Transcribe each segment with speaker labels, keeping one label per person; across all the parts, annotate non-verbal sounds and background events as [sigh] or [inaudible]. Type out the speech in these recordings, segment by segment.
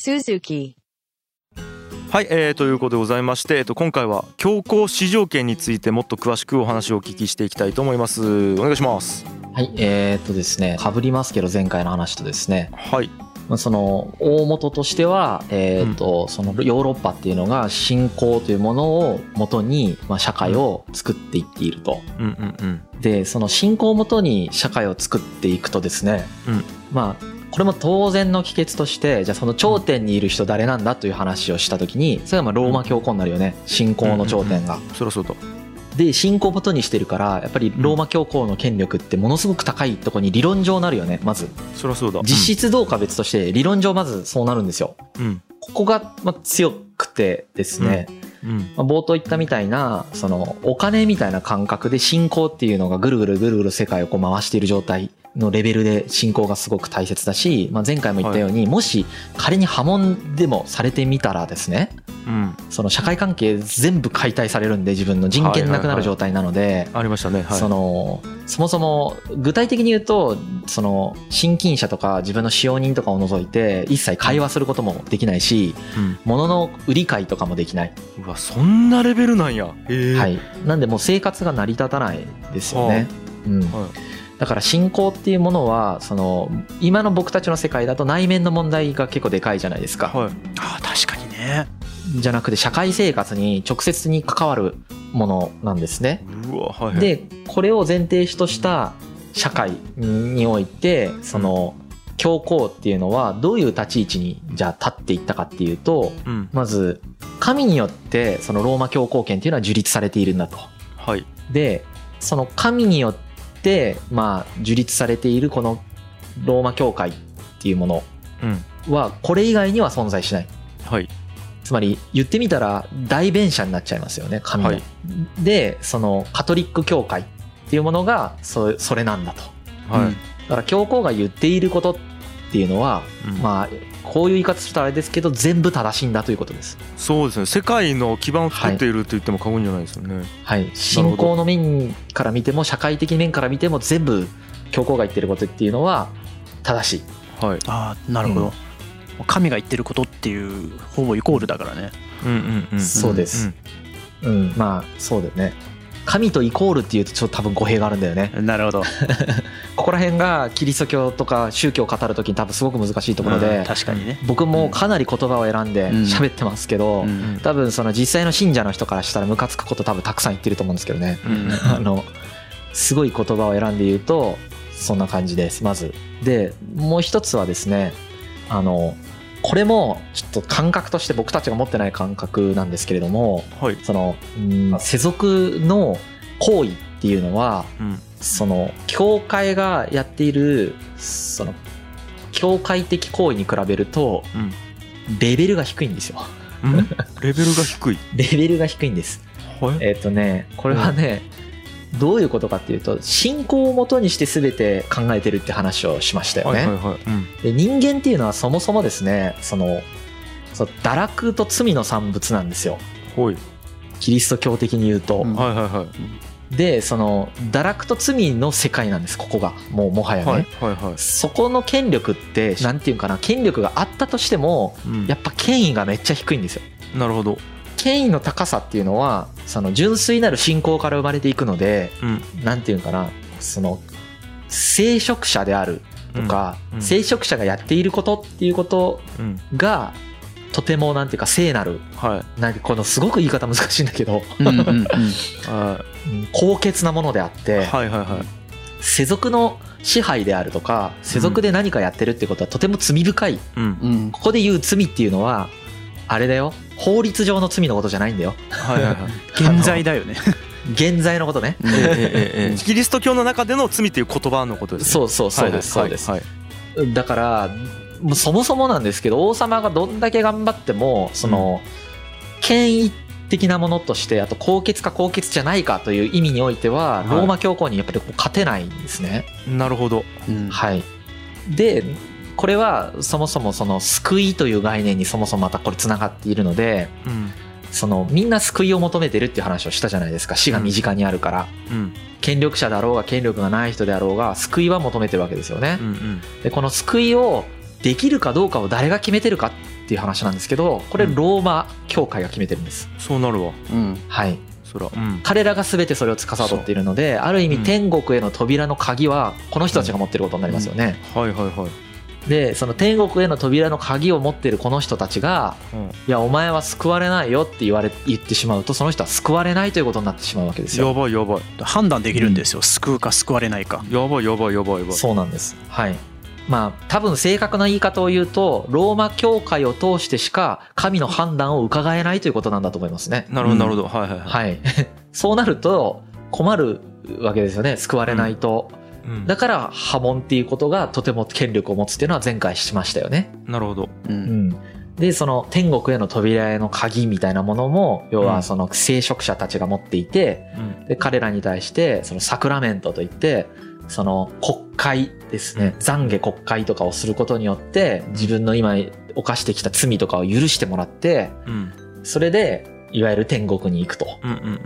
Speaker 1: Suzuki.
Speaker 2: はい、えー、ということでございまして、えっと、今回は強行市場券についてもっと詳しくお話をお聞きしていきたいと思いますお願いします
Speaker 3: はい、えー、っとですね、かぶりますけど、前回の話とですね、
Speaker 2: はい
Speaker 3: まあその、大元としては、えーっと、そのヨーロッパっていうのが、信仰というものを元に、まあ、社会を作っていっていると。
Speaker 2: うんうんうん
Speaker 3: で、その信仰を元に社会を作っていくとですね、
Speaker 2: うん
Speaker 3: まあ、これも当然の帰結として、じゃあその頂点にいる人誰なんだという話をしたときに、それはまあローマ教皇になるよね、信仰の頂点が。
Speaker 2: そりゃそうだ
Speaker 3: で信仰を元にしてるからやっぱりローマ教皇の権力ってものすごく高いとこに理論上なるよねまず
Speaker 2: そりゃそうだ
Speaker 3: 実質どうか別として理論上まずそうなるんですよ
Speaker 2: うん
Speaker 3: ここがまあ強くてですね、
Speaker 2: うん
Speaker 3: まあ冒頭言ったみたいなそのお金みたいな感覚で信仰っていうのがぐるぐるぐるぐる世界をこう回している状態のレベルで信仰がすごく大切だし、まあ、前回も言ったように、もし仮に波紋でもされてみたらですね
Speaker 2: うん
Speaker 3: その社会関係全部解体されるんで自分の人権なくなる状態なので、
Speaker 2: ありましたねはい
Speaker 3: そのそもそも具体的に言うとその親近者とか自分の使用人とかを除いて一切会話することもできないし
Speaker 2: うん
Speaker 3: 物の売り買いとかもできない、
Speaker 2: うわそんなレベルなんやへえ、
Speaker 3: はい、なんでもう生活が成り立たないですよね、うん
Speaker 2: は
Speaker 3: だから信仰っていうものはその今の僕たちの世界だと内面の問題が結構でかいじゃないですか、
Speaker 2: はい、あー確かにね
Speaker 3: じゃなくて社会生活に直接に関わるものなんですね、
Speaker 2: うわはいはい、
Speaker 3: でこれを前提とした社会においてその教皇っていうのはどういう立ち位置にじゃあ立っていったかっていうと
Speaker 2: うん
Speaker 3: まず神によってそのローマ教皇権っていうのは樹立されているんだと。
Speaker 2: はい
Speaker 3: でその神によってまあ樹立されているこのローマ教会っていうもの
Speaker 2: うん
Speaker 3: はこれ以外には存在しない。
Speaker 2: はい
Speaker 3: つまり言ってみたら代弁者になっちゃいますよね神の、
Speaker 2: はい
Speaker 3: でそのカトリック教会っていうものがそそれなんだと
Speaker 2: はい、
Speaker 3: だから教皇が言っていることっていうのは、
Speaker 2: うん
Speaker 3: まあこういう言い方するとあれですけど全部正しいんだということです
Speaker 2: そうですね世界の基盤を作っていると言っても過言じゃないですよね、
Speaker 3: はい信仰の面から見ても社会的面から見ても全部教皇が言ってることっていうのは正しい
Speaker 2: はい、
Speaker 4: ああなるほど、神が言ってることっていうほぼイコールだからね
Speaker 2: うんうんうん
Speaker 3: そうですうんまあそうだよね神とイコールっていうとちょっと多分語弊があるんだよね
Speaker 4: なるほど
Speaker 3: ここら辺がキリスト教とか宗教を語るときに多分すごく難しいところ
Speaker 4: うん
Speaker 3: で、
Speaker 4: 確かにね、
Speaker 3: 僕もかなり言葉を選んで
Speaker 4: うん
Speaker 3: 喋ってますけど、
Speaker 4: うん
Speaker 3: 多分その実際の信者の人からしたらムカつくこと多分たくさん言ってると思うんですけどね、
Speaker 2: うんうん
Speaker 3: あのすごい言葉を選んで言うとそんな感じですまずでもう一つはですねあのこれもちょっと感覚として僕たちが持ってない感覚なんですけれども
Speaker 2: はい
Speaker 3: その、うん、世俗の行為っていうのは
Speaker 2: うん
Speaker 3: その教会がやっているその教会的行為に比べると
Speaker 2: うん
Speaker 3: レベルが低いんですよ [laughs]
Speaker 2: うんレベルが低い
Speaker 3: レベルが低いんです
Speaker 2: はい
Speaker 3: えっ、とねこれはね、どういうことかっていうと信仰をもとにして全て考えてるって話をしましたよ
Speaker 2: はい
Speaker 3: ね、
Speaker 2: はいはいうん
Speaker 3: で人間っていうのはそもそもですねそのその堕落と罪の産物なんですよ
Speaker 2: ほい
Speaker 3: キリスト教的に言うと、
Speaker 4: うん
Speaker 2: はいはいはい
Speaker 3: でその堕落と罪の世界なんですここがもうもはやね、
Speaker 2: はいはいはい
Speaker 3: そこの権力ってなんていうんかな権力があったとしても
Speaker 2: うん
Speaker 3: やっぱ権威がめっちゃ低いんですよ
Speaker 2: なるほど
Speaker 3: 権威の高さっていうのはその純粋なる信仰から生まれていくので
Speaker 2: うん
Speaker 3: なんていうんかなその聖職者であるとか、
Speaker 2: うんうん
Speaker 3: 聖職者がやっていることっていうこと
Speaker 2: うん
Speaker 3: がとてもなんていうか聖なる
Speaker 2: はい
Speaker 3: なんかこのすごく言い方難しいんだけど、
Speaker 4: うんうんうん
Speaker 2: は
Speaker 3: うん高潔なものであって、
Speaker 2: いはいはいはい
Speaker 3: 世俗の支配であるとか世俗で何かやってるってことはとても罪深い
Speaker 2: うん
Speaker 4: うん
Speaker 3: ここで言う罪っていうのはあれだよ法律上の罪のことじゃないんだよ
Speaker 2: はいはい
Speaker 3: [laughs]
Speaker 2: はい
Speaker 4: 現在だよね
Speaker 3: 現在のことね
Speaker 2: ええええええキリスト教の中での罪っていう言葉のことですね
Speaker 3: そうそうそうですそ
Speaker 2: は
Speaker 3: う
Speaker 2: いは
Speaker 3: で
Speaker 2: い
Speaker 3: す
Speaker 2: はい
Speaker 3: だからもうそもそもなんですけど王様がどんだけ頑張ってもその権威的なものとしてあと高潔か高潔じゃないかという意味においては
Speaker 2: はい
Speaker 3: ローマ教皇にやっぱりこう勝てないんですね
Speaker 2: なるほど
Speaker 4: うん
Speaker 3: はいでこれはそもそもその救いという概念にそもそもまたこれつながっているので
Speaker 2: うん
Speaker 3: そのみんな救いを求めてるっていう話をしたじゃないですか死が身近にあるから、
Speaker 2: うん
Speaker 3: 権力者だろうが権力がない人であろうが救いは求めてるわけですよね
Speaker 2: う、んうん
Speaker 3: でこの救いをできるかどうかを誰が決めてるかっっていう話なんですけどこれローマ教会が決めてるんです、
Speaker 2: そうなるわ
Speaker 4: うん
Speaker 3: はい、
Speaker 2: そらうん
Speaker 3: 彼らが全てそれを司っているのである意
Speaker 2: う
Speaker 3: 味
Speaker 2: ん
Speaker 3: 天国への扉の鍵はこの人たちが持ってることになりますよね、
Speaker 2: はいはいはい
Speaker 3: でその天国への扉の鍵を持ってるこの人たちが
Speaker 2: うん
Speaker 3: 「いやお前は救われないよ」って言われ言ってしまうとその人は救われないということになってしまうわけですよ
Speaker 2: やばいやばい
Speaker 4: 判断できるんですよ救うか救われないか
Speaker 2: やばいやばいやばいやばい
Speaker 3: そうなんですはいまあ多分正確な言い方を言うとローマ教会を通してしか神の判断を伺えないということなんだと思いますね
Speaker 2: なるほどなるほどはいはいはい
Speaker 3: はい [laughs] そうなると困るわけですよね救われないと、
Speaker 2: うん
Speaker 3: だから破門っていうことがとても権力を持つっていうのは前回しましたよね
Speaker 2: なるほど
Speaker 4: う
Speaker 3: うんん、でその天国への扉への鍵みたいなものも要
Speaker 2: うん
Speaker 3: はその聖職者たちが持っていて
Speaker 2: うん
Speaker 3: で彼らに対してそのサクラメントといってその国会ですね懺悔国会とかをすることによって自分の今犯してきた罪とかを許してもらって
Speaker 2: うん
Speaker 3: それでいわゆる天国に行くと
Speaker 2: うんうん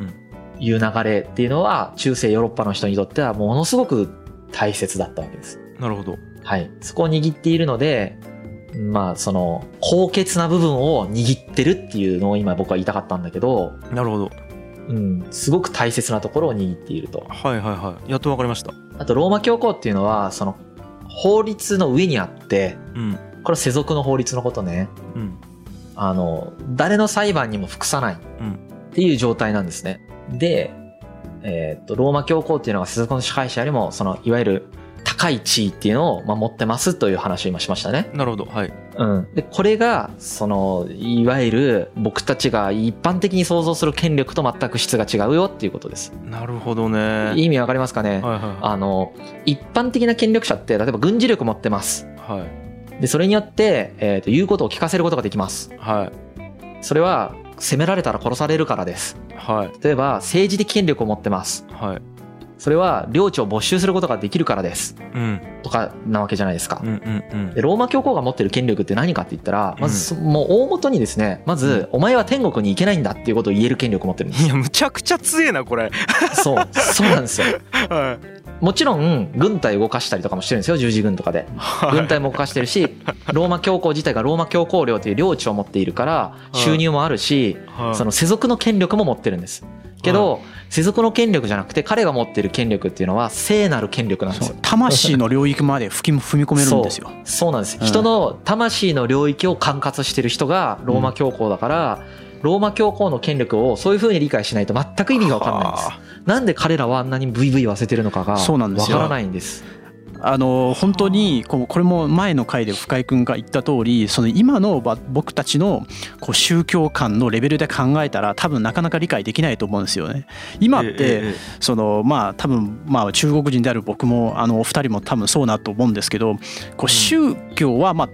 Speaker 3: いう流れっていうのは中世ヨーロッパの人にとってはものすごく大切だったわけです。
Speaker 2: うんなるほど
Speaker 3: はい、そこを握っているので、まあ、その、高潔な部分を握ってるっていうのを今僕は言いたかったんだけど、
Speaker 2: なるほど
Speaker 3: うん、すごく大切なところを握っていると。
Speaker 2: はいはいはいやっとわかりました
Speaker 3: あと、ローマ教皇っていうのは、その、法律の上にあって、
Speaker 2: うん
Speaker 3: これは世俗の法律のことね、
Speaker 2: うん
Speaker 3: あの、誰の裁判にも服さないっ
Speaker 2: うん
Speaker 3: ていう状態なんですね。で、えーっと、ローマ教皇っていうのが世俗の支配者よりも、その、いわゆる高い地位っていうのを守ってますという話を今しましたね。
Speaker 2: なるほどはい
Speaker 3: うん、でこれがそのいわゆる僕たちが一般的に想像する権力と全く質が違うよっていうことです。
Speaker 2: なるほどねはい
Speaker 3: 意味わかりますかね、
Speaker 2: はいは
Speaker 3: あの一般的な権力者って例えば軍事力持ってます。
Speaker 2: いはい
Speaker 3: でそれによって、えーと言うことを聞かせることができます。
Speaker 2: は
Speaker 3: それは責められたら殺されるからです。
Speaker 2: いはい
Speaker 3: 例えば政治的権力を持ってます。
Speaker 2: はい
Speaker 3: それは領地を没収することができるからです。
Speaker 2: うん
Speaker 3: とかなわけじゃないですか
Speaker 2: うん。うん
Speaker 3: でローマ教皇が持ってる権力って何かって言ったら、まずそ、もう大元にですね、まず、お前は天国に行けないんだっていうことを言える権力を持ってるん
Speaker 2: [laughs]
Speaker 3: で
Speaker 2: うんいやむちゃくちゃ強えなこれ
Speaker 3: す。そう、そうなんですよ。
Speaker 2: は
Speaker 3: もちろん、軍隊動かしたりとかもしてるんですよ、十字軍とかで。
Speaker 2: いは
Speaker 3: 軍
Speaker 2: い
Speaker 3: 隊も動かしてるし、ローマ教皇自体がローマ教皇領という領地を持っているから、
Speaker 2: い
Speaker 3: 収入もあるし、
Speaker 2: はい
Speaker 3: その世俗の権力も持ってるんです。けど、世俗の権力じゃなくて、彼が持ってる権力っていうのは、聖なる権力なんです
Speaker 4: そ
Speaker 3: よ
Speaker 4: う。魂の領域まで吹き踏み込めるんですよ
Speaker 3: そうそうなんです、
Speaker 4: うん
Speaker 3: 人の魂の領域を管轄してる人がローマ教皇だから、ローマ教皇の権力をそういうふうに理解しないと全く意味が分かんないんです
Speaker 2: は
Speaker 3: なんで彼らはあんなにブイブイ言わせてるのかが
Speaker 4: そう
Speaker 3: 分
Speaker 4: なんですよ
Speaker 3: からないんです
Speaker 4: あの本当にこうこれも前の回で深井君が言った通りその今のば僕たちのこう宗教観のレベルで考えたら多分なかなか理解できないと思うんですよね。今っ
Speaker 2: ええ
Speaker 4: て
Speaker 2: え
Speaker 4: そのまあ多分まあ中国人である僕もあのお二人も多分そうなと思うんですけどこう宗教はまあ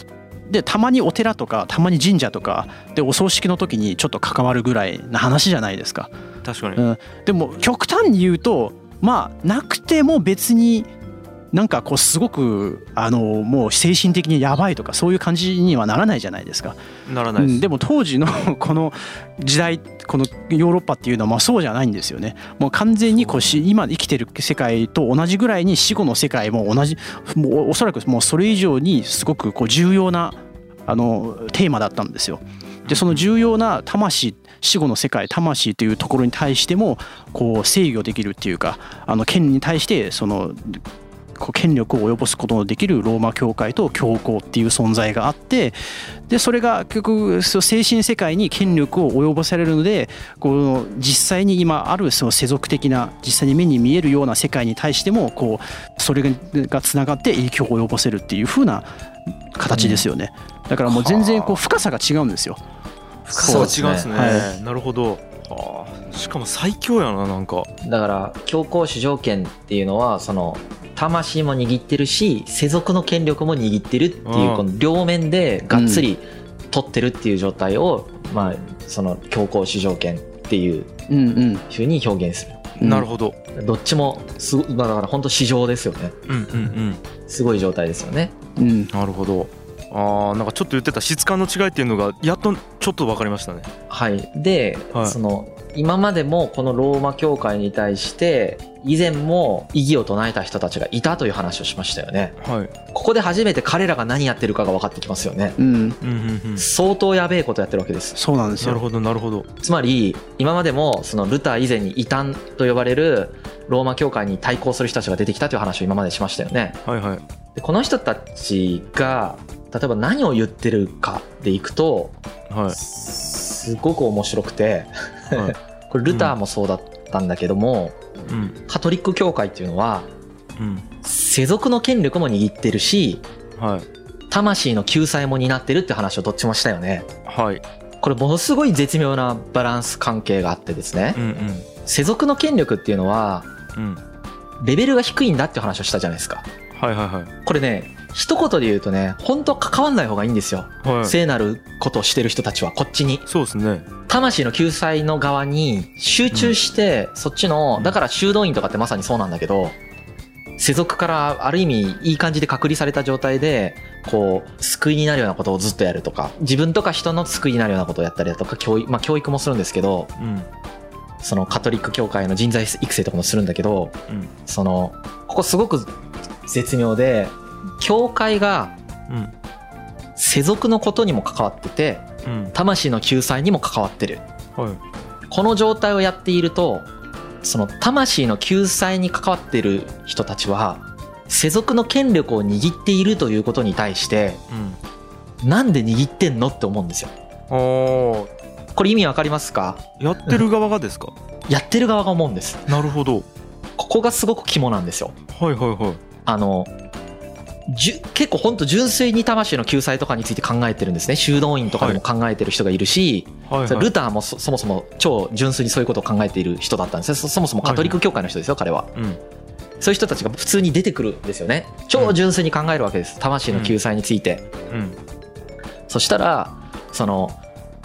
Speaker 4: でたまにお寺とかたまに神社とかでお葬式の時にちょっと関わるぐらいな話じゃないですか。
Speaker 2: え確かに
Speaker 4: うん、でも極端に言うとまあなくても別になんかこうすごくあのもう精神的にやばいとかそういう感じにはならないじゃないですか、
Speaker 2: なら
Speaker 4: う
Speaker 2: ないで
Speaker 4: ん、
Speaker 2: す
Speaker 4: でも当時の [laughs] この時代このヨーロッパっていうのはまあそうじゃないんですよねもう完全にこうし今生きてる世界と同じぐらいに死後の世界も同じもうおそらくもうそれ以上にすごくこう重要なあのテーマだったんですよ。でその重要な魂死後の世界魂というところに対してもこう制御できるっていうかあの権利に対してそのこう権力を及ぼすことのできるローマ教会と教皇っていう存在があってでそれが結局そう精神世界に権力を及ぼされるのでこの実際に今あるその世俗的な実際に目に見えるような世界に対してもこうそれがつながって影響を及ぼせるっていう風な形ですよね。だからもう全然こう深さが違うんですよ。
Speaker 2: そう
Speaker 3: です
Speaker 2: 違うんですね、
Speaker 4: は
Speaker 2: なるほどはあしかも最強やななんか
Speaker 3: だから教皇主条件っていうのはその魂も握ってるし世俗の権力も握ってるっていう
Speaker 2: うん
Speaker 3: この両面でがっつり取ってるっていう状態を、まあその教皇主条件っていう
Speaker 4: うんうん
Speaker 3: ふうに表現する
Speaker 4: うん
Speaker 2: なるほど
Speaker 3: どっちもすごまあだから本当市場ですよね
Speaker 2: うんうんうん
Speaker 3: すごい状態ですよね
Speaker 4: うん、
Speaker 2: なるほどあーなんかちょっと言ってた質感の違いっていうのがやっとちょっと分かりましたね
Speaker 3: はいで、
Speaker 2: はい
Speaker 3: その今までもこのローマ教会に対して以前も異議を唱えた人たちがいたという話をしましたよね
Speaker 2: はい。
Speaker 3: ここで初めて彼らが何やってるかが分かってきますよね
Speaker 4: うん、
Speaker 2: うんうんうん。
Speaker 3: 相当やべえことやってるわけです
Speaker 4: そうなんです
Speaker 2: なる
Speaker 4: よ。
Speaker 2: ほどなるほど。
Speaker 3: つまり今までもそのルター以前に異端と呼ばれるローマ教会に対抗する人たちが出てきたという話を今までしましたよね
Speaker 2: はいはい。
Speaker 3: でこの人たちが例えば何を言ってるかでいくと
Speaker 2: はい。
Speaker 3: すごく面白くて
Speaker 2: は
Speaker 3: [laughs] これルターもそうだったんだけども、
Speaker 2: うん
Speaker 3: カトリック教会っていうのは
Speaker 2: うん。
Speaker 3: 世俗の権力も握ってるし
Speaker 2: はい
Speaker 3: 魂の救済も担ってるって話をどっちもしたよね
Speaker 2: はい。
Speaker 3: これものすごい絶妙なバランス関係があってですね、
Speaker 2: うん
Speaker 3: 世俗の権力っていうのは
Speaker 2: うんうん。
Speaker 3: レベルが低いんだっていう話をしたじゃないですか
Speaker 2: はいはいはい。
Speaker 3: これね一言で言うとね本当は関わんない方がいいんですよ、
Speaker 2: はい。
Speaker 3: 聖なることをしてる人たちはこっちに
Speaker 2: そうですね。
Speaker 3: 魂の救済の側に集中して、そっちのだから修道院とかってまさにそうなんだけど世俗からある意味いい感じで隔離された状態でこう救いになるようなことをずっとやるとか自分とか人の救いになるようなことをやったりだとか教育,、まあ、教育もするんですけど
Speaker 2: うん
Speaker 3: そのカトリック教会の人材育成とかもするんだけど
Speaker 2: うん
Speaker 3: そのここすごく絶妙で教会が
Speaker 2: うん
Speaker 3: 世俗のことにも関わってて
Speaker 2: うん。
Speaker 3: 魂の救済にも関わってる
Speaker 2: はい。
Speaker 3: この状態をやっているとその魂の救済に関わっている人たちは世俗の権力を握っているということに対して
Speaker 2: うん。
Speaker 3: なんで握ってんのって思うんですよ
Speaker 2: ああ。
Speaker 3: これ意味わかりますか
Speaker 2: やってる側がですか。
Speaker 3: やってる側が思うんです
Speaker 2: なるほど。
Speaker 3: ここがすごく肝なんですよ
Speaker 2: はいはいはい。
Speaker 3: あのじゅ結構本当純粋に魂の救済とかについて考えてるんですね修道院とかでも考えてる人がいるし、
Speaker 2: はい
Speaker 3: それ
Speaker 2: はい
Speaker 3: ル。ターもそそもそも超純粋にそういうことを考えている人だったんですねそそもそもカトリック教会の人ですよ彼は
Speaker 2: うん
Speaker 3: そういう人たちが普通に出てくるんですよね超純粋に考えるわけです魂の救済について、
Speaker 2: うん
Speaker 3: そしたらその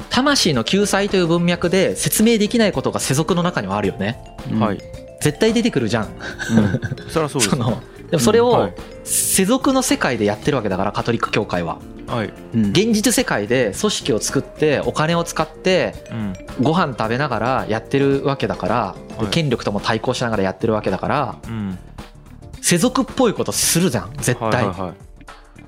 Speaker 3: 魂の救済という文脈で説明できないことが世俗の中にはあるよね
Speaker 4: うん
Speaker 2: はい。
Speaker 3: 絶対出てくるじゃ
Speaker 2: う
Speaker 3: ん
Speaker 2: ん。そりゃそうです
Speaker 3: そ。のでもそれ
Speaker 2: うん
Speaker 3: を
Speaker 2: はい
Speaker 3: 世俗の世界でやってるわけだからカトリック教会は
Speaker 2: はい。
Speaker 4: うん
Speaker 3: 現実世界で組織を作ってお金を使って
Speaker 2: うん。
Speaker 3: ご飯食べながらやってるわけだから、
Speaker 2: はい
Speaker 3: 権力とも対抗しながらやってるわけだから
Speaker 2: うん。
Speaker 3: 世俗っぽいことするじゃん絶
Speaker 2: は
Speaker 3: 対、
Speaker 2: いはいはい。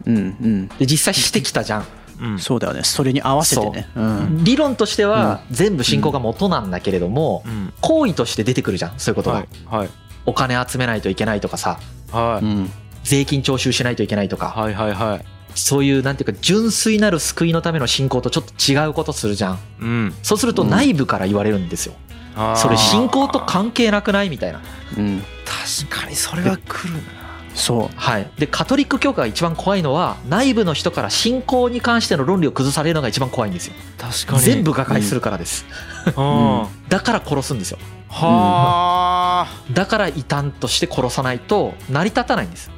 Speaker 4: うんうん
Speaker 3: で実際してきたじゃん
Speaker 2: うん。
Speaker 4: そうだよね。それに合わせてね。うん
Speaker 3: 理論としては全部信仰が元なんだけれども、
Speaker 2: うん。
Speaker 3: 行為として出てくるじゃんそういうことが、
Speaker 2: はいはい
Speaker 3: お金集めないといけないとかさ
Speaker 2: は
Speaker 4: う
Speaker 2: い
Speaker 4: ん
Speaker 3: 税金徴収しないといけないとか
Speaker 2: はいはいはい。
Speaker 3: そういうなんていうか純粋なる救いのための信仰とちょっと違うことするじゃん
Speaker 2: うん。
Speaker 3: そうすると内部から言われるんですよ、
Speaker 2: あー
Speaker 3: それ信仰と関係なくないみたいな
Speaker 4: うん
Speaker 2: 確かにそれは来る
Speaker 4: そ
Speaker 3: はい、でカトリック教会が一番怖いのは内部の人から信仰に関しての論理を崩されるのが一番怖いんですよ
Speaker 2: な確かに
Speaker 3: 全部瓦解するからです、
Speaker 2: あー
Speaker 3: だから殺すんですよ
Speaker 2: はあ
Speaker 3: だから異端として殺さないと成り立たないんです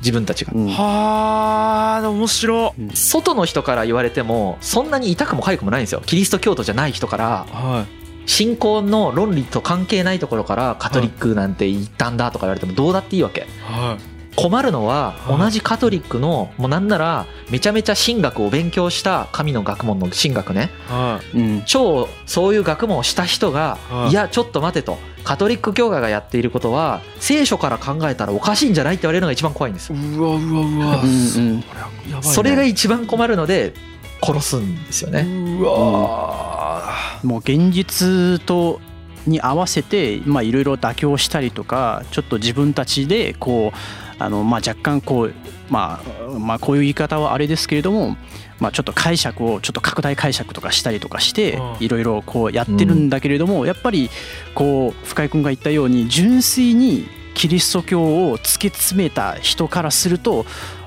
Speaker 3: 自分たちが
Speaker 4: う。うん
Speaker 2: はあ面白
Speaker 3: 外の人から言われてもそんなに痛くも痒くもないんですよキリスト教徒じゃない人から
Speaker 2: は
Speaker 3: 信仰の論理と関係ないところからカトリックなんて異端だとか言われてもどうだっていいわけ
Speaker 2: いは
Speaker 3: 困るのは
Speaker 2: はい
Speaker 3: 同じカトリックのもうなんならめちゃめちゃ神学を勉強した神の学問の神学ね
Speaker 2: いは
Speaker 4: うん
Speaker 3: 超そういう学問をした人が、
Speaker 2: はい
Speaker 3: い、やちょっと待てとカトリック教会がやっていることは聖書から考えたらおかしいんじゃないって言われるのが一番怖いんですよ、
Speaker 2: いうわうわうわ
Speaker 4: うんうん
Speaker 2: これはやばいね
Speaker 3: それが一番困るので殺すんですよね、
Speaker 2: うわ
Speaker 4: もう現実とに合わせてまあいろいろ妥協したりとかちょっと自分たちでこうあのまあ若干こうまあまあこういう言い方はあれですけれどもまあちょっと解釈をちょっと拡大解釈とかしたりとかして
Speaker 2: ああ
Speaker 4: いろいろこうやってるんだけれどもやっぱりこう深井君が言ったように純粋にキリスト教を突き詰めた人からすると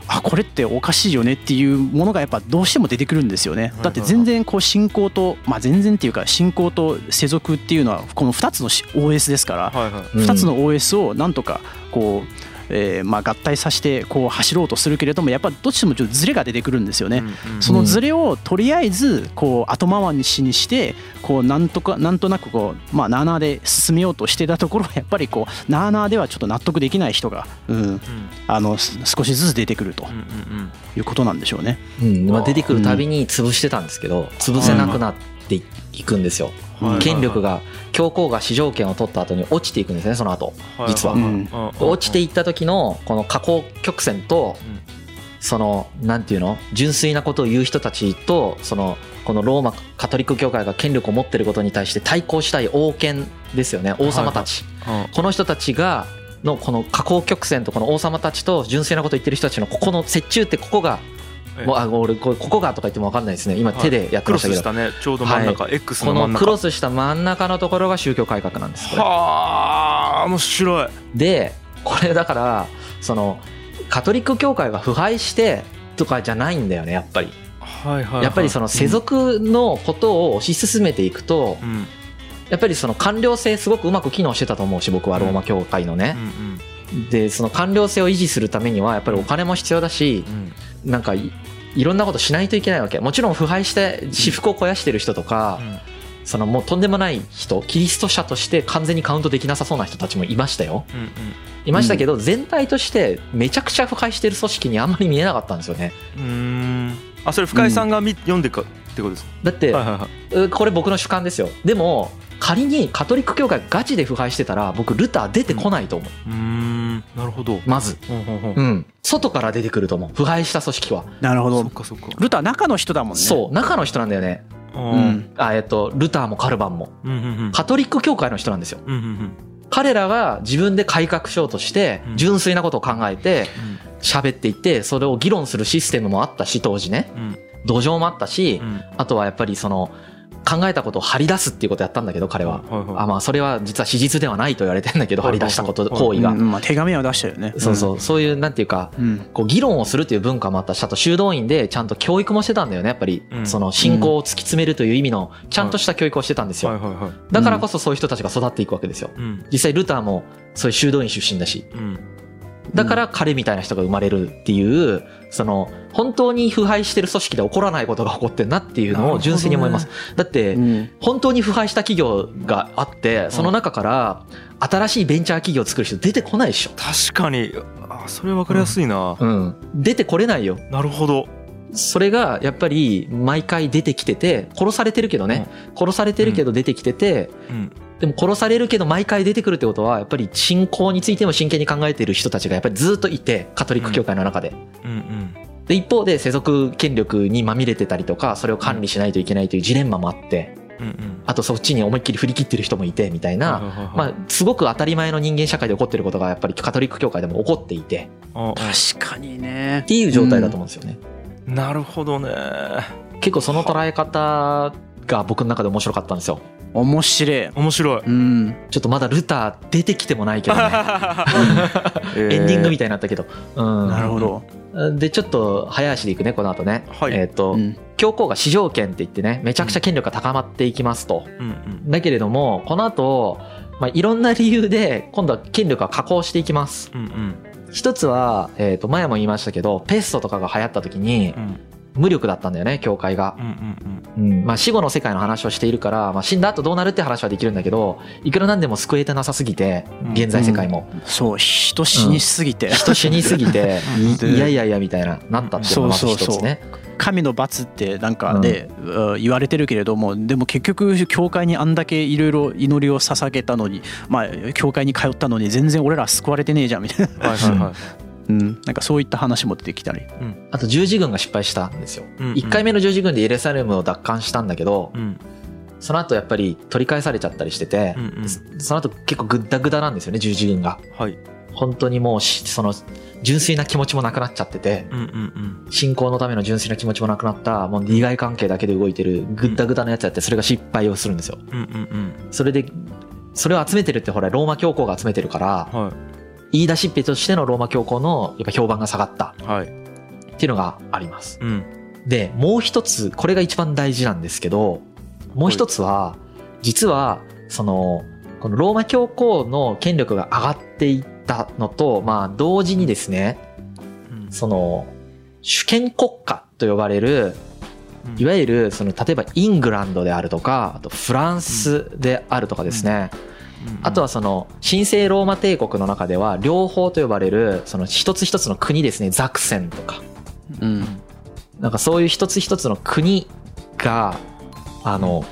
Speaker 4: あこれっておかしいよねっていうものがやっぱどうしても出てくるんですよね
Speaker 2: はい。
Speaker 4: だって全然こう信仰とまあ全然っていうか信仰と世俗っていうのはこの2つのし OS ですから
Speaker 2: はいはい
Speaker 3: うん
Speaker 4: 2つの OS をなんとかこう。えーまあ合体させてこう走ろうとするけれどもやっぱどっちでもちょっとズレが出てくるんですよね、
Speaker 2: うんうん
Speaker 4: そのズレをとりあえずこう後回しにしてこうなんとかなんとなくこうまあなあなあで進めようとしてたところはや [laughs] っぱりこうなあなあではちょっと納得できない人が、うん、
Speaker 2: うん
Speaker 4: あのす少しずつ出てくると
Speaker 2: うんうんうん
Speaker 4: いうことなんでしょうね。
Speaker 3: うんまあ、出てくるたびに潰してたんですけど潰せなくなっていいくんですよ
Speaker 2: はいはいはい
Speaker 3: 権力が教皇が市場権を取った後に落ちていくんですねその後実は落ちていった時のこの下降曲線と
Speaker 2: うん
Speaker 3: そのなんていうの純粋なことを言う人たちとそのこのローマカトリック教会が権力を持ってることに対して対抗したい王権ですよね王様たちこの人たちがのこの下降曲線とこの王様たちと純粋なことを言ってる人たちのここの折衷ってここがもうあ俺ここがとか言っても分かんないですね今手でやって
Speaker 2: ク
Speaker 3: ま
Speaker 2: ロ
Speaker 3: した
Speaker 2: ス
Speaker 3: け
Speaker 2: し
Speaker 3: ど
Speaker 2: たねちょうど真ん中、X
Speaker 3: こ
Speaker 2: の真ん
Speaker 3: のク
Speaker 2: 中
Speaker 3: ロスした真ん中のところが宗教改革なんですこれ
Speaker 2: はあ面白い
Speaker 3: でこれだからそのカトリック教会が腐敗してとかじゃないんだよねやっぱり
Speaker 2: はいはい、はい、
Speaker 3: やっぱりその世俗のことを推し進めていくと
Speaker 2: うん、うん
Speaker 3: やっぱりその官僚性すごくうまく機能してたと思うし僕はローマ教会の
Speaker 2: う
Speaker 3: ね
Speaker 2: ん
Speaker 3: でその官僚性を維持するためにはやっぱりお金も必要だし
Speaker 2: うん
Speaker 3: なんかいいろんなことしないといけないわけもちろん腐敗して私服を肥やしてる人とか
Speaker 2: うん
Speaker 3: そのもうとんでもない人キリスト者として完全にカウントできなさそうな人たちもいましたよ
Speaker 2: うん
Speaker 3: いましたけど全体としてめちゃくちゃ腐敗してる組織にあんまり見えなかったんですよね
Speaker 2: うんうんあそれ深井さんが見、読んでかってことです
Speaker 3: だって
Speaker 2: かはいはいは
Speaker 3: うこれ僕の主観ですよでも仮にカトリック教会ガチで腐敗してたら僕ルター出てこないと思う、
Speaker 2: いうーんなるほど
Speaker 3: まず、
Speaker 2: ほんほんほん
Speaker 3: うん、外から出てくると思う腐敗した組織は、
Speaker 4: なるほ
Speaker 2: そっ
Speaker 4: ど
Speaker 2: かそっか
Speaker 4: ルター中の人だもんね
Speaker 3: そう中の人なんだよね
Speaker 2: う
Speaker 4: う、ん
Speaker 3: あえっとルターもカルバンも
Speaker 2: うんうんうん
Speaker 3: カトリック教会の人なんですよ
Speaker 2: うんうんうん
Speaker 3: 彼らが自分で改革しようとして
Speaker 2: うん
Speaker 3: 純粋なことを考えて喋っていってそれを議論するシステムもあったし当時ね
Speaker 2: うん
Speaker 3: 土壌もあったし
Speaker 2: うん
Speaker 3: あとはやっぱりその考えたことを張り出すっていうことをやったんだけど彼は
Speaker 2: はいはい
Speaker 3: あまあそれは実は史実ではないと言われてんだけど
Speaker 2: はい
Speaker 3: 張
Speaker 2: はい
Speaker 3: り出したこと行為が、
Speaker 4: うんまあ、手紙は出したよね
Speaker 3: そうそうそういうなんていうか
Speaker 4: うん
Speaker 3: こう議論をするという文化もあったしあと修道院でちゃんと教育もしてたんだよねやっぱり、
Speaker 2: うん
Speaker 3: その信仰を突き詰めるという意味のちゃんとした教育をしてたんですよ、
Speaker 2: はいはいはい
Speaker 3: だからこそそういう人たちが育っていくわけですよ
Speaker 2: うん
Speaker 3: 実際ルターもそういう修道院出身だし
Speaker 2: うん
Speaker 3: だから彼みたいな人が生まれるっていうその本当に腐敗してる組織で起こらないことが起こってんなっていうのを純粋に思います、だって、
Speaker 4: うん
Speaker 3: 本当に腐敗した企業があってその中から新しいベンチャー企業を作る人出てこないでしょ、
Speaker 2: 確かにあそれ分かりやすいな、
Speaker 3: うん、出てこれないよ
Speaker 2: なるほど
Speaker 3: それがやっぱり毎回出てきてて殺されてるけどね、殺されてるけど出てきてて、
Speaker 2: うん
Speaker 3: でも殺されるけど毎回出てくるってことはやっぱり信仰についても真剣に考えている人たちがやっぱりずっといてカトリック教会の中で。
Speaker 2: うんうん
Speaker 3: で一方で世俗権力にまみれてたりとかそれを管理しないといけないというジレンマもあって
Speaker 2: うんうん
Speaker 3: あとそっちに思いっきり振り切ってる人もいてみたいな、
Speaker 2: はいはいはい
Speaker 3: まあ、すごく当たり前の人間社会で起こってることがやっぱりカトリック教会でも起こっていて
Speaker 2: ああ
Speaker 4: 確かにね
Speaker 3: っていう状態だと思うんですよね、
Speaker 2: なるほどね
Speaker 3: 結構その捉え方が僕の中で面白かったんですよ
Speaker 4: 面白い
Speaker 2: 面
Speaker 3: [laughs]
Speaker 2: 白い
Speaker 4: うん
Speaker 3: ちょっとまだルター出てきてもないけど、 [laughs] ね、エンディングみ
Speaker 2: たい
Speaker 3: たいになったけど、うん、
Speaker 4: なるほど
Speaker 3: でちょっと早足でいくねこの後ね、
Speaker 2: はい
Speaker 3: えっ、と、
Speaker 4: うん
Speaker 3: 教皇が市場権って言ってねめちゃくちゃ権力が高まっていきますと、
Speaker 2: うんうん
Speaker 3: だけれどもこの後、まあいろんな理由で今度は権力が下降していきます
Speaker 2: うんうん
Speaker 3: 一つは、えっと前も言いましたけどペストとかが流行った時に
Speaker 2: うん
Speaker 3: 無力だったんだよね教会が
Speaker 2: う、んうん
Speaker 3: うんまあ、死後の世界の話をしているから、まあ、死んだ後どうなるって話はできるんだけどいくらなんでも救えてなさすぎて
Speaker 2: うん
Speaker 3: 現在世界も、
Speaker 4: そう人死にしすぎて、
Speaker 3: 人死にすぎ
Speaker 2: [laughs]
Speaker 3: て
Speaker 4: うん
Speaker 3: いやいやいやみたいななったっていうのがまず一つね
Speaker 4: 神の罰ってなんかで、うん言われてるけれどもでも結局教会にあんだけいろいろ祈りを捧げたのにまあ教会に通ったのに全然俺ら救われてねえじゃんみたいな、
Speaker 2: うんはいはいはい
Speaker 4: うん、なんかそういった話も出てきたり
Speaker 3: あと十字軍が失敗したんですよ、
Speaker 2: うんうん
Speaker 3: 1回目の十字軍でエルサレムを奪還したんだけど、
Speaker 2: うん
Speaker 3: その後やっぱり取り返されちゃったりしてて、
Speaker 2: うんうん
Speaker 3: その後結構グッダグダなんですよね十字軍が
Speaker 2: はい
Speaker 3: 本当にもうしその純粋な気持ちもなくなっちゃってて、
Speaker 2: うんうんうん
Speaker 3: 信仰のための純粋な気持ちもなくなった、もう利害関係だけで動いてる、ぐったぐたのやつやって、それが失敗をするんですよ。
Speaker 2: うんうんうん
Speaker 3: それで、それを集めてるってほら、ローマ教皇が集めてるから、
Speaker 2: は
Speaker 3: 言い出しっぺとしてのローマ教皇の、やっぱ評判が下がった
Speaker 2: いはい
Speaker 3: っていうのがあります。
Speaker 2: うん
Speaker 3: で、もう一つ、これが一番大事なんですけど、もう一つは、実は、その、このローマ教皇の権力が上がっていったのと、まあ、同時にですね、
Speaker 2: うん
Speaker 3: その、主権国家と呼ばれる、いわゆるその例えばイングランドであるとかあとフランスであるとかですね、あとはその神聖ローマ帝国の中では両方と呼ばれるその一つ一つの国ですねザクセンとか
Speaker 4: うん
Speaker 3: なんかそういう一つ一つの国があの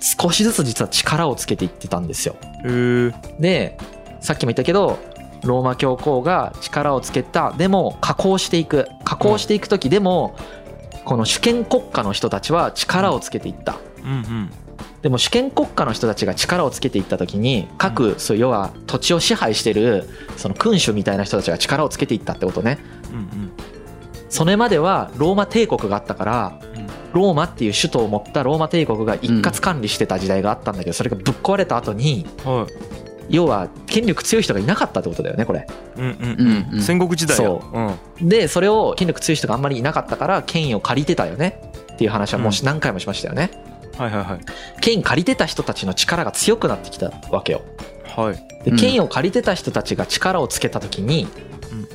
Speaker 3: 少しずつ実は力をつけていってたんですよ。
Speaker 2: えー、
Speaker 3: でさっきも言ったけどローマ教皇が力をつけたでも加工していく加工していく時でも、この主権国家の人たちは力をつけていった。
Speaker 2: うん
Speaker 3: でも主権国家の人たちが力をつけていった時に各そう要は土地を支配してるその君主みたいな人たちが力をつけていったってことね
Speaker 2: うんうん
Speaker 3: それまではローマ帝国があったから
Speaker 4: うん
Speaker 3: ローマっていう首都を持ったローマ帝国が一括管理してた時代があったんだけどそれがぶっ壊れた後に
Speaker 2: うんはい
Speaker 3: 要は権力強い人がいなかったってことだよねこれ
Speaker 2: うんうん
Speaker 4: う
Speaker 2: うんん、
Speaker 4: うん
Speaker 2: 戦国時代や
Speaker 3: そ
Speaker 2: うんは
Speaker 3: でそれを権力強い人があんまりいなかったから権威を借りてたよねっていう話はもうし何回もしましたよね
Speaker 2: いはいはい
Speaker 3: 権威借りてた人たちの力が強くなってきたわけよ
Speaker 2: はい
Speaker 3: で
Speaker 4: うん
Speaker 3: 権威を借りてた人たちが力をつけた時に、
Speaker 2: うん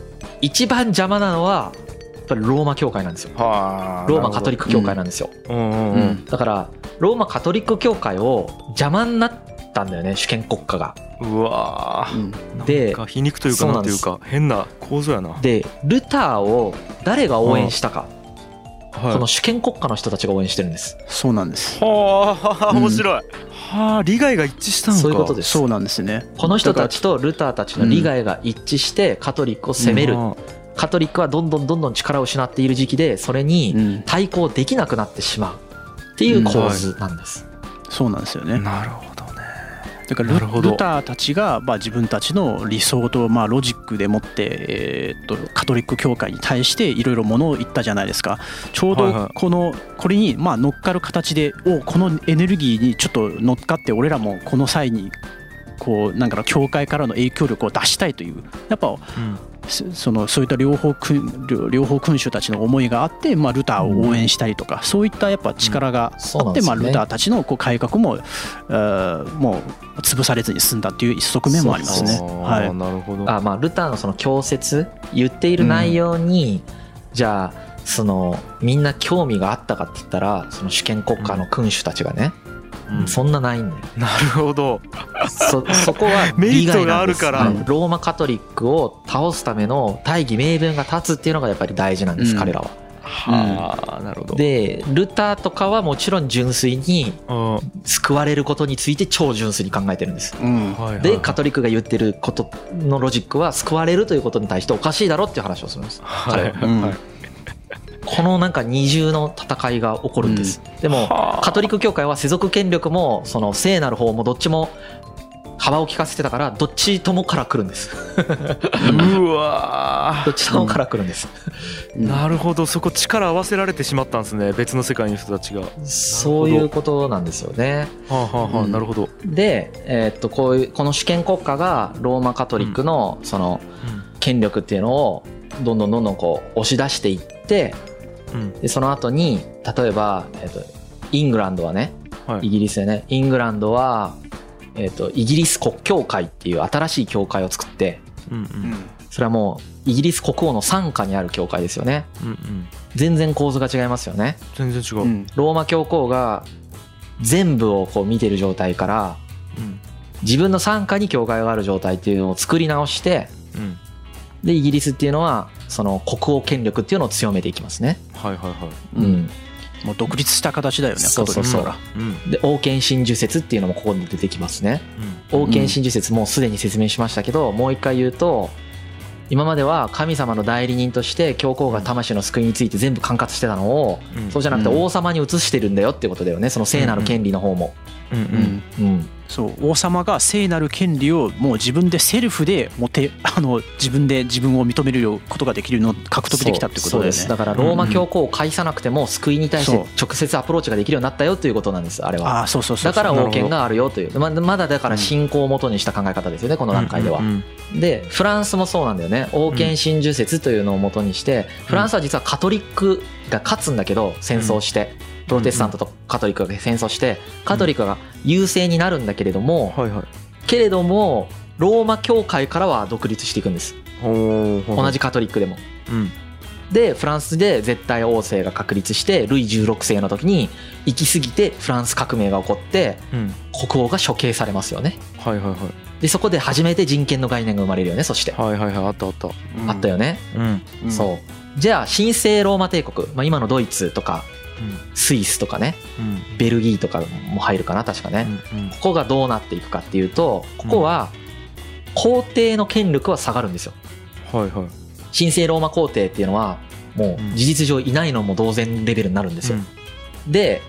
Speaker 3: 一番邪魔なのはやっぱりローマ教会なんですよ
Speaker 2: は
Speaker 3: ローマカト
Speaker 2: リ
Speaker 3: リック教会なんですよ、
Speaker 2: ックうんうん
Speaker 4: う
Speaker 2: うん、
Speaker 4: ん
Speaker 3: だからローマカトリック教会を邪魔になったんだよね主権国家が
Speaker 2: うわ
Speaker 4: うん
Speaker 2: ー
Speaker 3: で
Speaker 2: なんか皮肉というか
Speaker 3: そう
Speaker 2: な
Speaker 3: なん
Speaker 2: ん
Speaker 3: で
Speaker 2: てい
Speaker 3: す
Speaker 2: うか変な構造やな
Speaker 3: でルターを誰が応援したか、
Speaker 2: はい
Speaker 3: この主権国家の人たちが応援してるんです、
Speaker 4: そうなんです
Speaker 2: はあ面白い、はあ利害が一致したのか
Speaker 3: そういうことです
Speaker 4: そうなんですね
Speaker 3: この人たちとルターたちの利害が一致してカトリックを攻める、
Speaker 2: うん
Speaker 3: カトリックはどんどんどんどん力を失っている時期でそれ
Speaker 4: う
Speaker 3: に
Speaker 4: ん
Speaker 3: 対抗できなくなってしまうっていう構図なんです、
Speaker 4: そうなんですよね
Speaker 2: なるほどね
Speaker 4: だから
Speaker 2: な
Speaker 4: ル
Speaker 2: るほど
Speaker 4: ルターたちがまあ自分たちの理想とまあロジックでもってえーっとカトリック教会に対していろいろものを言ったじゃないですかちょう
Speaker 2: はいは
Speaker 4: ど
Speaker 2: い
Speaker 4: このこれにまあ乗っかる形でおこのエネルギーにちょっと乗っかって俺らもこの際にこうなんかの教会からの影響力を出したいというやっぱ
Speaker 2: うん
Speaker 4: そそのそういった両方君両両方君主たちの思いがあって、まあ、ルターを応援したりとか、そういったやっぱ力が
Speaker 3: そう
Speaker 4: あ
Speaker 3: な
Speaker 4: っ
Speaker 3: ん
Speaker 4: て、
Speaker 3: です
Speaker 4: まあ、
Speaker 3: よね
Speaker 4: ルターたちのこう改革も、えーもう潰されずに済んだっていう側面もありますね。
Speaker 3: そう
Speaker 4: は
Speaker 2: あ
Speaker 4: い
Speaker 2: ーなるほど
Speaker 3: あまあルターのその教説言っている内容に、じゃあそのみんな興味があったかって言ったらその主権国家の君主たちがね、
Speaker 2: うん
Speaker 3: そんなないんだよ
Speaker 2: なるほど
Speaker 3: そそこは
Speaker 2: メリッ
Speaker 3: 利
Speaker 2: ト
Speaker 3: 害
Speaker 2: が
Speaker 3: な
Speaker 2: ある
Speaker 3: んです
Speaker 2: から
Speaker 3: うんローマカトリックを倒すための大義名分が立つっていうのがやっぱり大事なんです、
Speaker 4: うん
Speaker 3: 彼らは
Speaker 2: はあなるほど
Speaker 3: でルターとかはもちろん純粋に
Speaker 2: うんは
Speaker 3: 救われることについて超純粋に考えてるんです
Speaker 4: うん
Speaker 2: いはいはい
Speaker 3: でカトリックが言ってることのロジックは救われるということに対しておかしいだろっていう話をするんです
Speaker 2: はいはい
Speaker 4: うん
Speaker 2: はい
Speaker 3: このなんか二重の戦いが起こるんです、でも
Speaker 2: はあ
Speaker 3: カトリック教会は世俗権力もその聖なる方もどっちも幅を利かせてたからどっちともから来るんです
Speaker 2: うわ
Speaker 3: どっちともから来るんです、
Speaker 2: ーなるほどそこ力合わせられてしまったんですね別の世界の人たちがは
Speaker 3: そういうことなんですよね
Speaker 2: あはあはあ
Speaker 4: うん
Speaker 2: なるほど
Speaker 3: で、えーっとこういうこの主権国家がローマカトリックのその権力っていうのをどんどんどんどんこう押し出していって
Speaker 2: うん
Speaker 3: でその後に例えば、えっとイングランドはね、
Speaker 2: はい
Speaker 3: イギリスでねイングランドは、えっとイギリス国教会っていう新しい教会を作って
Speaker 2: うんうん
Speaker 3: それはもうイギリス国王の傘下にある教会ですよね
Speaker 2: うんうん
Speaker 3: 全然構図が違いますよね
Speaker 2: 全然違う
Speaker 4: う
Speaker 2: うん
Speaker 4: ん
Speaker 3: ローマ教皇が全部をこう見てる状態から自分の傘下に教会がある状態っていうのを作り直して
Speaker 2: うん
Speaker 3: でイギリスっていうのはその国王権力っていうのを強めていきますね、
Speaker 2: はいはいは
Speaker 4: うん
Speaker 3: うん、
Speaker 4: もう独立した形だよね
Speaker 3: そうそう
Speaker 2: い
Speaker 3: そう
Speaker 2: だうん
Speaker 3: で王権真珠説っていうのもここに出てきますね
Speaker 2: うん
Speaker 3: 王権真珠説もうすでに説明しましたけど、もう一回言うと今までは神様の代理人として教皇が魂の救いについて全部管轄してたのを、
Speaker 2: うん
Speaker 3: そうじゃなくて
Speaker 4: うん
Speaker 3: 王様に移してるんだよってことだよねその聖なる権利の方も、
Speaker 2: うんう
Speaker 4: うん
Speaker 2: ん
Speaker 3: うん
Speaker 4: そう王様が聖なる権利をもう自分でセルフで持てあの自分で自分を認めることができるの獲得できたってことだ
Speaker 3: そ
Speaker 4: よね。
Speaker 3: うそうですだからローマ教皇を介さなくても救いに対して直接アプローチができるようになったよということなんですあれは
Speaker 4: ああそうそうそ
Speaker 3: だ
Speaker 4: う
Speaker 3: から
Speaker 2: なるほど
Speaker 3: 王権があるよというままだだから信仰をもとにした考え方ですよねこの段階では
Speaker 2: うんう、ん
Speaker 3: でフランスもそうなんだよね王権真珠説というのをもとにして、フランスは実はカトリックが勝つんだけど戦争して、プロテスタントとカトリックが戦争してカトリックが優勢になるんだけれども、
Speaker 2: はいはい
Speaker 3: けれどもローマ教会からは独立していくんです
Speaker 2: ほうほうほう
Speaker 3: 同じカトリックでも。
Speaker 2: うん
Speaker 3: でフランスで絶対王政が確立してルイ16世の時に行き過ぎてフランス革命が起こって
Speaker 2: うん
Speaker 3: 国王が処刑されますよね。
Speaker 2: はいはいはい
Speaker 3: でそこで初めて人権の概念が生まれるよねそして、
Speaker 2: はいはいはいあったあった
Speaker 4: うん
Speaker 3: あったよね。
Speaker 2: うん
Speaker 3: そうじゃあ神聖ローマ帝国、まあ、今のドイツとかスイスとかね
Speaker 2: うん
Speaker 3: ベルギーとかも入るかな確かね、
Speaker 2: うんうん
Speaker 3: ここがどうなっていくかっていうとここは皇帝の権力は下がるんですよ
Speaker 2: はいはい
Speaker 3: 神聖ローマ皇帝っていうのはも
Speaker 2: うん
Speaker 3: う事実上いないのも同然レベルになるんですよ、
Speaker 2: う
Speaker 3: で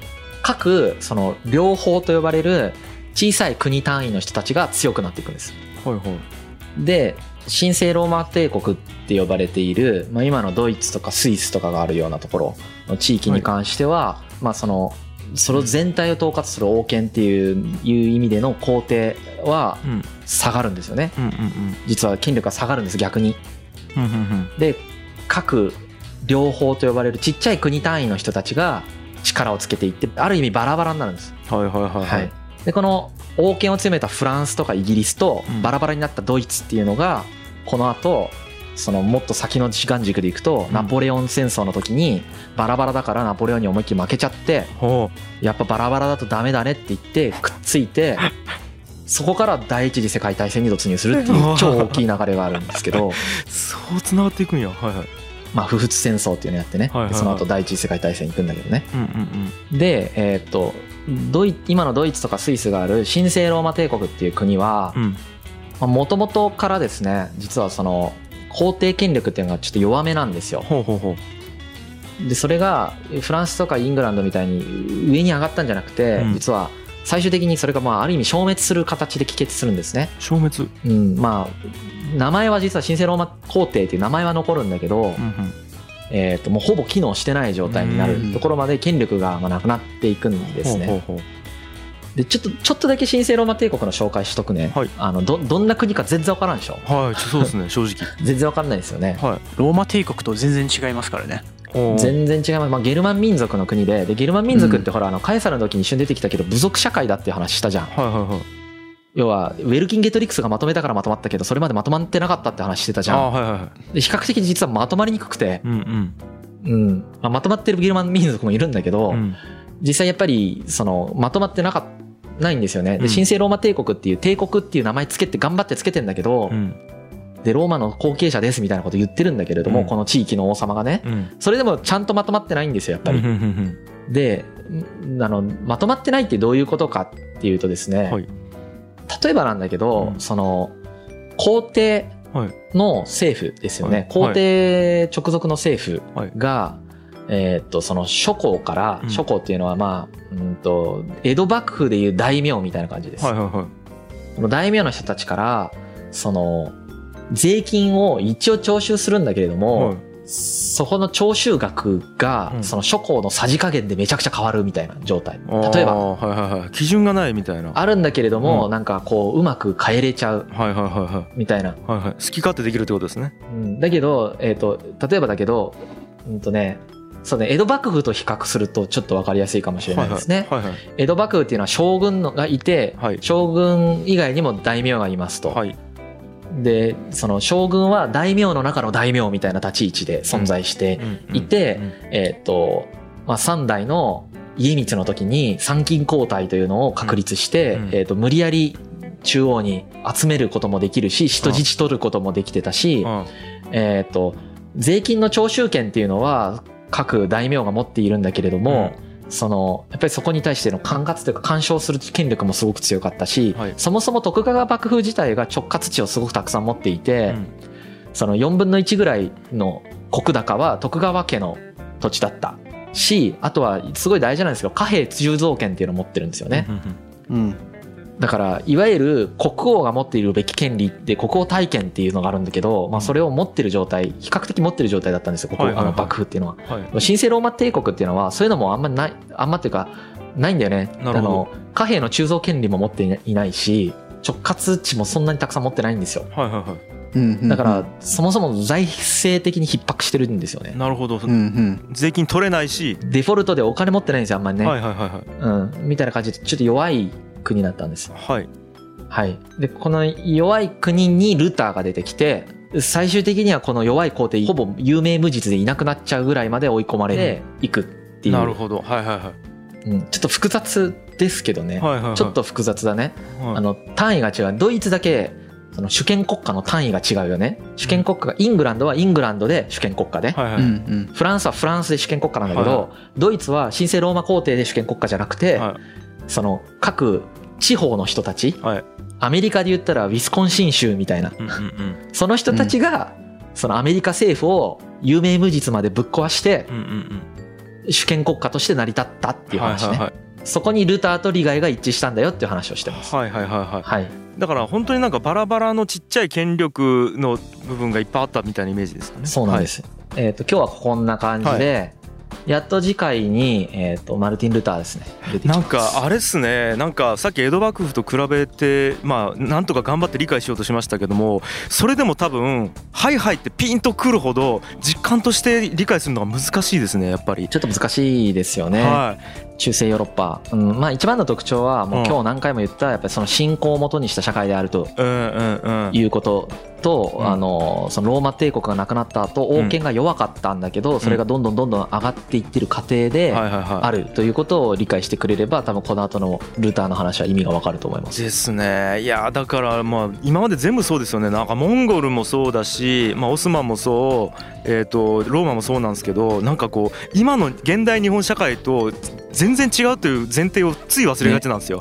Speaker 3: 各その両方と呼ばれる小さい国単位の人たちが強くなっていくんです
Speaker 2: んはいはい
Speaker 3: で神聖ローマ帝国って呼ばれている、まあ、今のドイツとかスイスとかがあるようなところの地域に関しては、まあそのそれを全体を統括する王権っていういう意味での皇帝は
Speaker 2: うん
Speaker 3: 下がるんですよね
Speaker 2: うん
Speaker 3: 実は権力が下がるんです逆に
Speaker 2: うんうんうんうん
Speaker 3: で各両方と呼ばれるちっちゃい国単位の人たちが力をつけていってある意味バラバラになるんです
Speaker 2: うんはいはいはいはい
Speaker 3: でこの王権を詰めたフランスとかイギリスと
Speaker 2: うん
Speaker 3: バラバラになったドイツっていうのがこのあとそのもっと先の時間軸でいくと
Speaker 2: うん
Speaker 3: ナポレオン戦争の時にバラバラだからナポレオンに思いっきり負けちゃって
Speaker 2: ほ
Speaker 3: やっぱバラバラだとダメだねって言ってくっつ
Speaker 2: [laughs]
Speaker 3: いてそこから第一次世界大戦に突入するっていう超大きい流れがあるんですけ
Speaker 2: [laughs]
Speaker 3: ど。
Speaker 2: うそう繋がっていくんやはいはい
Speaker 3: まあ、不仏戦争っていうのやってね、
Speaker 2: はいはいはい
Speaker 3: その後第一次世界大戦行くんだけどね
Speaker 2: うんうん
Speaker 3: でえーっとドイ今のドイツとかスイスがある神聖ローマ帝国っていう国は
Speaker 2: うんうん
Speaker 3: もともとからですね実はその皇帝権力っていうのがちょっと弱めなんですよ
Speaker 2: ほうほうほう
Speaker 3: でそれがフランスとかイングランドみたいに上に上がったんじゃなくて、
Speaker 2: うん
Speaker 3: 実は最終的にそれがまあある意味消滅する形で帰結するんですね、
Speaker 2: 消滅
Speaker 3: うん、まあ名前は実は神聖ローマ皇帝っていう名前は残るんだけど、
Speaker 2: うんうん
Speaker 3: えー、ともうほぼ機能してない状態にな
Speaker 2: うん
Speaker 3: るところまで権力がまあなくなっていくんですね。
Speaker 2: ほうほうほ
Speaker 3: でちょっとちょっとだけ神聖ローマ帝国の紹介しとくね、
Speaker 2: はい
Speaker 3: あのどどんな国か全然わからんでしょ
Speaker 2: うはいちょそうですね正直
Speaker 3: 全然わかんないですよね。
Speaker 2: はい
Speaker 4: ローマ帝国と全然違いますからね
Speaker 2: おー
Speaker 3: 全然違います、まあ、ゲルマン民族の国ででゲルマン民族ってほら、あのカエサルの時に一瞬出てきたけど部族社会だっていう話したじゃん
Speaker 2: はいはいはい
Speaker 3: 要はウェルキン・ゲトリックスがまとめたからまとまったけどそれまでまとまってなかったって話してたじ
Speaker 2: あ
Speaker 3: ゃん
Speaker 2: ーはいはいはい
Speaker 3: で比較的実はまとまりにくくて、
Speaker 2: うんうん
Speaker 3: うんまあ、まとまってるゲルマン民族もいるんだけど、
Speaker 2: うん
Speaker 3: 実際やっぱりそのまとまってなかないんですよね
Speaker 2: うん
Speaker 3: で神聖ローマ帝国っていう帝国っていう名前つけて頑張ってつけてんだけど、
Speaker 2: うん
Speaker 3: でローマの後継者ですみたいなこと言ってるんだけれど
Speaker 2: う
Speaker 3: も、
Speaker 2: ん
Speaker 3: この地域の王様がね
Speaker 2: うん
Speaker 3: それでもちゃんとまとまってないんですよやっぱり、
Speaker 2: うんうんうん
Speaker 3: でんあのまとまってないってどういうことかっていうとですね、
Speaker 2: はい
Speaker 3: 例えばなんだけど、
Speaker 2: うん
Speaker 3: その皇帝
Speaker 2: はい
Speaker 3: の政府ですよね、
Speaker 2: はい
Speaker 3: 皇帝直属の政府
Speaker 2: はい
Speaker 3: が、えーっとその諸侯から、
Speaker 2: うん
Speaker 3: 諸侯っていうのはまあうんと江戸幕府でいう大名みたいな感じです、
Speaker 2: はいはいはい
Speaker 3: この大名の人たちからその税金を一応徴収するんだけれども、
Speaker 2: はい
Speaker 3: そこの徴収額が、
Speaker 2: うん
Speaker 3: その諸侯のさじ加減でめちゃくちゃ変わるみたいな状態
Speaker 2: あー
Speaker 3: 例えば
Speaker 2: はいはいはい基準がないみたいなは
Speaker 3: あるんだけれども、
Speaker 2: う
Speaker 3: なんかこううまく変えれちゃう
Speaker 2: いはいはいは
Speaker 3: みたいな、
Speaker 2: いはいはい好き勝手できるってことですね
Speaker 3: うんだけど、えー、と例えばだけど、うんとねそうね、江戸幕府と比較するとちょっと分かりやすいかもしれないですね、
Speaker 2: はいはい
Speaker 3: 江戸幕府っていうのは将軍のがいて、
Speaker 2: はい
Speaker 3: 将軍以外にも大名がいますと、
Speaker 2: はいはい
Speaker 3: でその将軍は大名の中の大名みたいな立ち位置で存在して、いて
Speaker 2: うん
Speaker 3: えーっと、まあ、3代の家光の時に参勤交代というのを確立して、
Speaker 2: うんうん
Speaker 3: えーっと無理やり中央に集めることもできるし人質取ることもできてたし、
Speaker 2: うん
Speaker 3: えーっと税金の徴収権っていうのは各大名が持っているんだけれども、そのやっぱりそこに対しての管轄というか干渉する権力もすごく強かったし、
Speaker 2: はい
Speaker 3: そもそも徳川幕府自体が直轄地をすごくたくさん持っていて、その4分の1ぐらいの石高は徳川家の土地だったしあとはすごい大事なんですけど貨幣鋳造権っていうのを持ってるんですよね、
Speaker 4: うん
Speaker 3: だからいわゆる国王が持っているべき権利で国王体験っていうのがあるんだけど、まあ、それを持ってる状態比較的持ってる状態だったんですよ国王、
Speaker 2: はいはいはい
Speaker 3: あの幕府っていうのは。
Speaker 2: はい
Speaker 3: 神聖ローマ帝国っていうのはそういうのもあんまないあんまっていうかないんだよね
Speaker 2: なるほど
Speaker 3: あの貨幣の鋳造権利も持っていないないし直轄地もそんなにたくさん持ってないんですよ
Speaker 2: はいはいは
Speaker 4: うんうん
Speaker 3: だから、そもそも財政的に逼迫してるんですよ
Speaker 2: い
Speaker 3: ね
Speaker 2: なるほど
Speaker 4: うんうん
Speaker 2: 税金取れないし
Speaker 3: デフォルトでお金持ってないんですよあんまりね、
Speaker 2: はいはいはいはい
Speaker 3: うん、みたいな感じでちょっと弱い国だったんです
Speaker 2: はい
Speaker 3: はいでこの弱い国にルターが出てきて最終的にはこの弱い皇帝ほぼ有名無実でいなくなっちゃうぐらいまで追い込まれていくっていう
Speaker 2: なるほどはいはいは
Speaker 3: うん、ちょっと複雑ですけどね、
Speaker 2: いはいはいはい
Speaker 3: ちょっと複雑だね、
Speaker 2: はい
Speaker 3: あの単位が違うドイツだけその主権国家の単位が違うよね主権国家がイングランドはイングランドで主権国家で、
Speaker 2: はいは
Speaker 4: うん
Speaker 2: い
Speaker 3: フランスはフランスで主権国家なんだけど、ドイツは神聖ローマ皇帝で主権国家じゃなくて、
Speaker 2: は
Speaker 3: その各地方の人たち、
Speaker 2: はい
Speaker 3: アメリカで言ったらウィスコンシン州みたいな
Speaker 2: うんうんうん
Speaker 3: その人たちが、そのアメリカ政府を有名無実までぶっ壊して
Speaker 2: うんうん
Speaker 3: 主権国家として成り立ったっ
Speaker 2: う
Speaker 3: てい
Speaker 2: ん
Speaker 3: う
Speaker 2: はい
Speaker 3: 話ね、
Speaker 2: はいはい
Speaker 3: そこにルターと利害が一致したんだよっていう話をしてます。
Speaker 2: はいはいはいはい
Speaker 3: はい、
Speaker 2: だから本当になんかバラバラのちっちゃい権力の部分がいっぱいあったみたいなイメージですかね。
Speaker 3: そうなんで。す。えっ、と今日はこんな感じで、やっと次回にえっ、とマルティンルターですね。出てき
Speaker 2: な
Speaker 3: ます
Speaker 2: んかあれっすねなんかさっき江戸幕府と比べてまあなんとか頑張って理解しようとしましたけどもそれでも多分ハイハイってピンとくるほど実感として理解するのが難しいですねやっぱり。
Speaker 3: ちょっと難しいですよね。
Speaker 2: はい
Speaker 3: 中世ヨーロッパ、うん、まあ一番の特徴はもう今日何回も言ったやっぱりその信仰をもとにした社会であると。
Speaker 2: うんうんうん
Speaker 3: いうことと、
Speaker 2: うん
Speaker 3: あのそのローマ帝国がなくなった後王権が弱かったんだけど、それがどんどんどんどん上がっていってる過程で
Speaker 2: はいはい
Speaker 3: あ
Speaker 2: は
Speaker 3: るということを理解してくれれば多分この後のルターの話は意味がわかると思いま
Speaker 2: い。
Speaker 3: す。
Speaker 2: ですねいやだからまあ今まで全部そうですよねなんかモンゴルもそうだし、まあ、オスマンもそう、えー、とローマもそうなんですけどなんかこう今の現代日本社会と全然違うという前提をつい忘れがちなんですよ。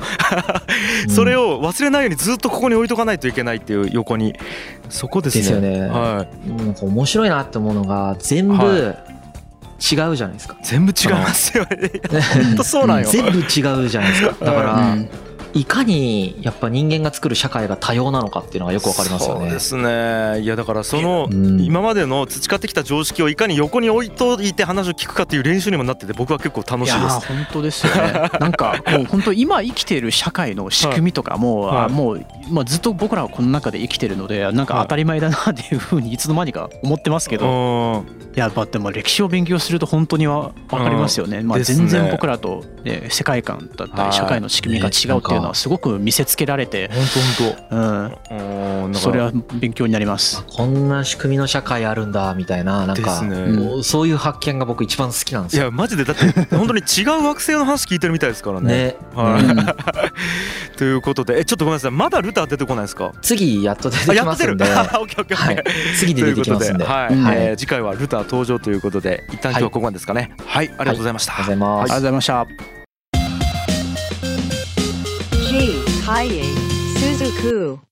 Speaker 2: [laughs] それ
Speaker 3: を
Speaker 2: を忘れないようにずっとここに置いとかないといけないっていう横にそこですね。
Speaker 3: ですよね
Speaker 2: はい、
Speaker 3: なんか面白いなって思うのが全部違
Speaker 2: は
Speaker 3: うじゃないですか。
Speaker 2: 全部違いますよ
Speaker 3: [laughs]
Speaker 2: ね。本当そうなんよ。
Speaker 3: 全部違うじゃない
Speaker 2: [laughs]
Speaker 3: ですか。だか
Speaker 4: う
Speaker 3: ら、
Speaker 4: ん
Speaker 3: いかにやっぱ人間が作る社会が多様なのかっていうのがよくわかりますよ
Speaker 2: そう
Speaker 3: ね
Speaker 2: で。すね。いやだからその
Speaker 3: うん
Speaker 2: 今までの培ってきた常識をいかに横に置いといて話を聞くかっていう練習にもなってて僕は結構楽
Speaker 4: い
Speaker 2: しい
Speaker 4: や
Speaker 2: で
Speaker 4: ー
Speaker 2: す。
Speaker 4: 本当です
Speaker 2: [laughs]
Speaker 4: よねなんかもう本当今生きている社会の仕組みとかも,、
Speaker 2: はい
Speaker 4: あもうまあ、ずっと僕らはこの中で生きてるのでなんか当たり前だなっていうふうにいつの間にか思ってますけ
Speaker 2: う
Speaker 4: ど、
Speaker 2: ん
Speaker 4: いやまあでも歴史を勉強すると本当には分かりますよね、まあ、
Speaker 2: です
Speaker 4: 全
Speaker 2: ね
Speaker 4: 然僕らと、ね、世界観だった
Speaker 2: はい
Speaker 4: り社会の仕組みが違うっていうの
Speaker 3: なんか
Speaker 4: はすごく見せつけられて、
Speaker 2: 本当本
Speaker 4: うん、
Speaker 2: 当。うんだから
Speaker 4: それは勉強になり
Speaker 2: [laughs]
Speaker 4: ます。
Speaker 3: こんな仕組みの社会あるんだみたいななん
Speaker 2: で
Speaker 3: か
Speaker 2: すね
Speaker 3: もうそういう発見が僕一番好きなんで
Speaker 2: い
Speaker 3: すよ。
Speaker 2: やマジでだって本当に違う惑星の話聞いてるみたいですからね。
Speaker 3: [laughs] ね、
Speaker 2: は
Speaker 3: うん
Speaker 2: い。ということでえちょっとごめんなさいまだルター出てこないですか。
Speaker 3: 次やっと出
Speaker 2: あ
Speaker 3: てき
Speaker 2: や
Speaker 3: ま
Speaker 2: って
Speaker 3: す
Speaker 2: る。オ
Speaker 3: ん
Speaker 2: ッ
Speaker 3: で、
Speaker 2: ケーオ [laughs]
Speaker 3: は
Speaker 2: ッケーオッケー
Speaker 3: い。、次に
Speaker 2: とい
Speaker 3: 出
Speaker 2: う
Speaker 3: て
Speaker 2: こ [laughs] と
Speaker 3: きます
Speaker 2: で、
Speaker 3: んで。あ
Speaker 2: はい、
Speaker 4: うん
Speaker 2: えー次回はルター登場ということで、一旦今日はここまでですかね。はい、ありがとうございました。
Speaker 3: りがとうございま
Speaker 4: あり
Speaker 3: す
Speaker 4: がとうご。ざいました
Speaker 1: G. Kaye Suzuku.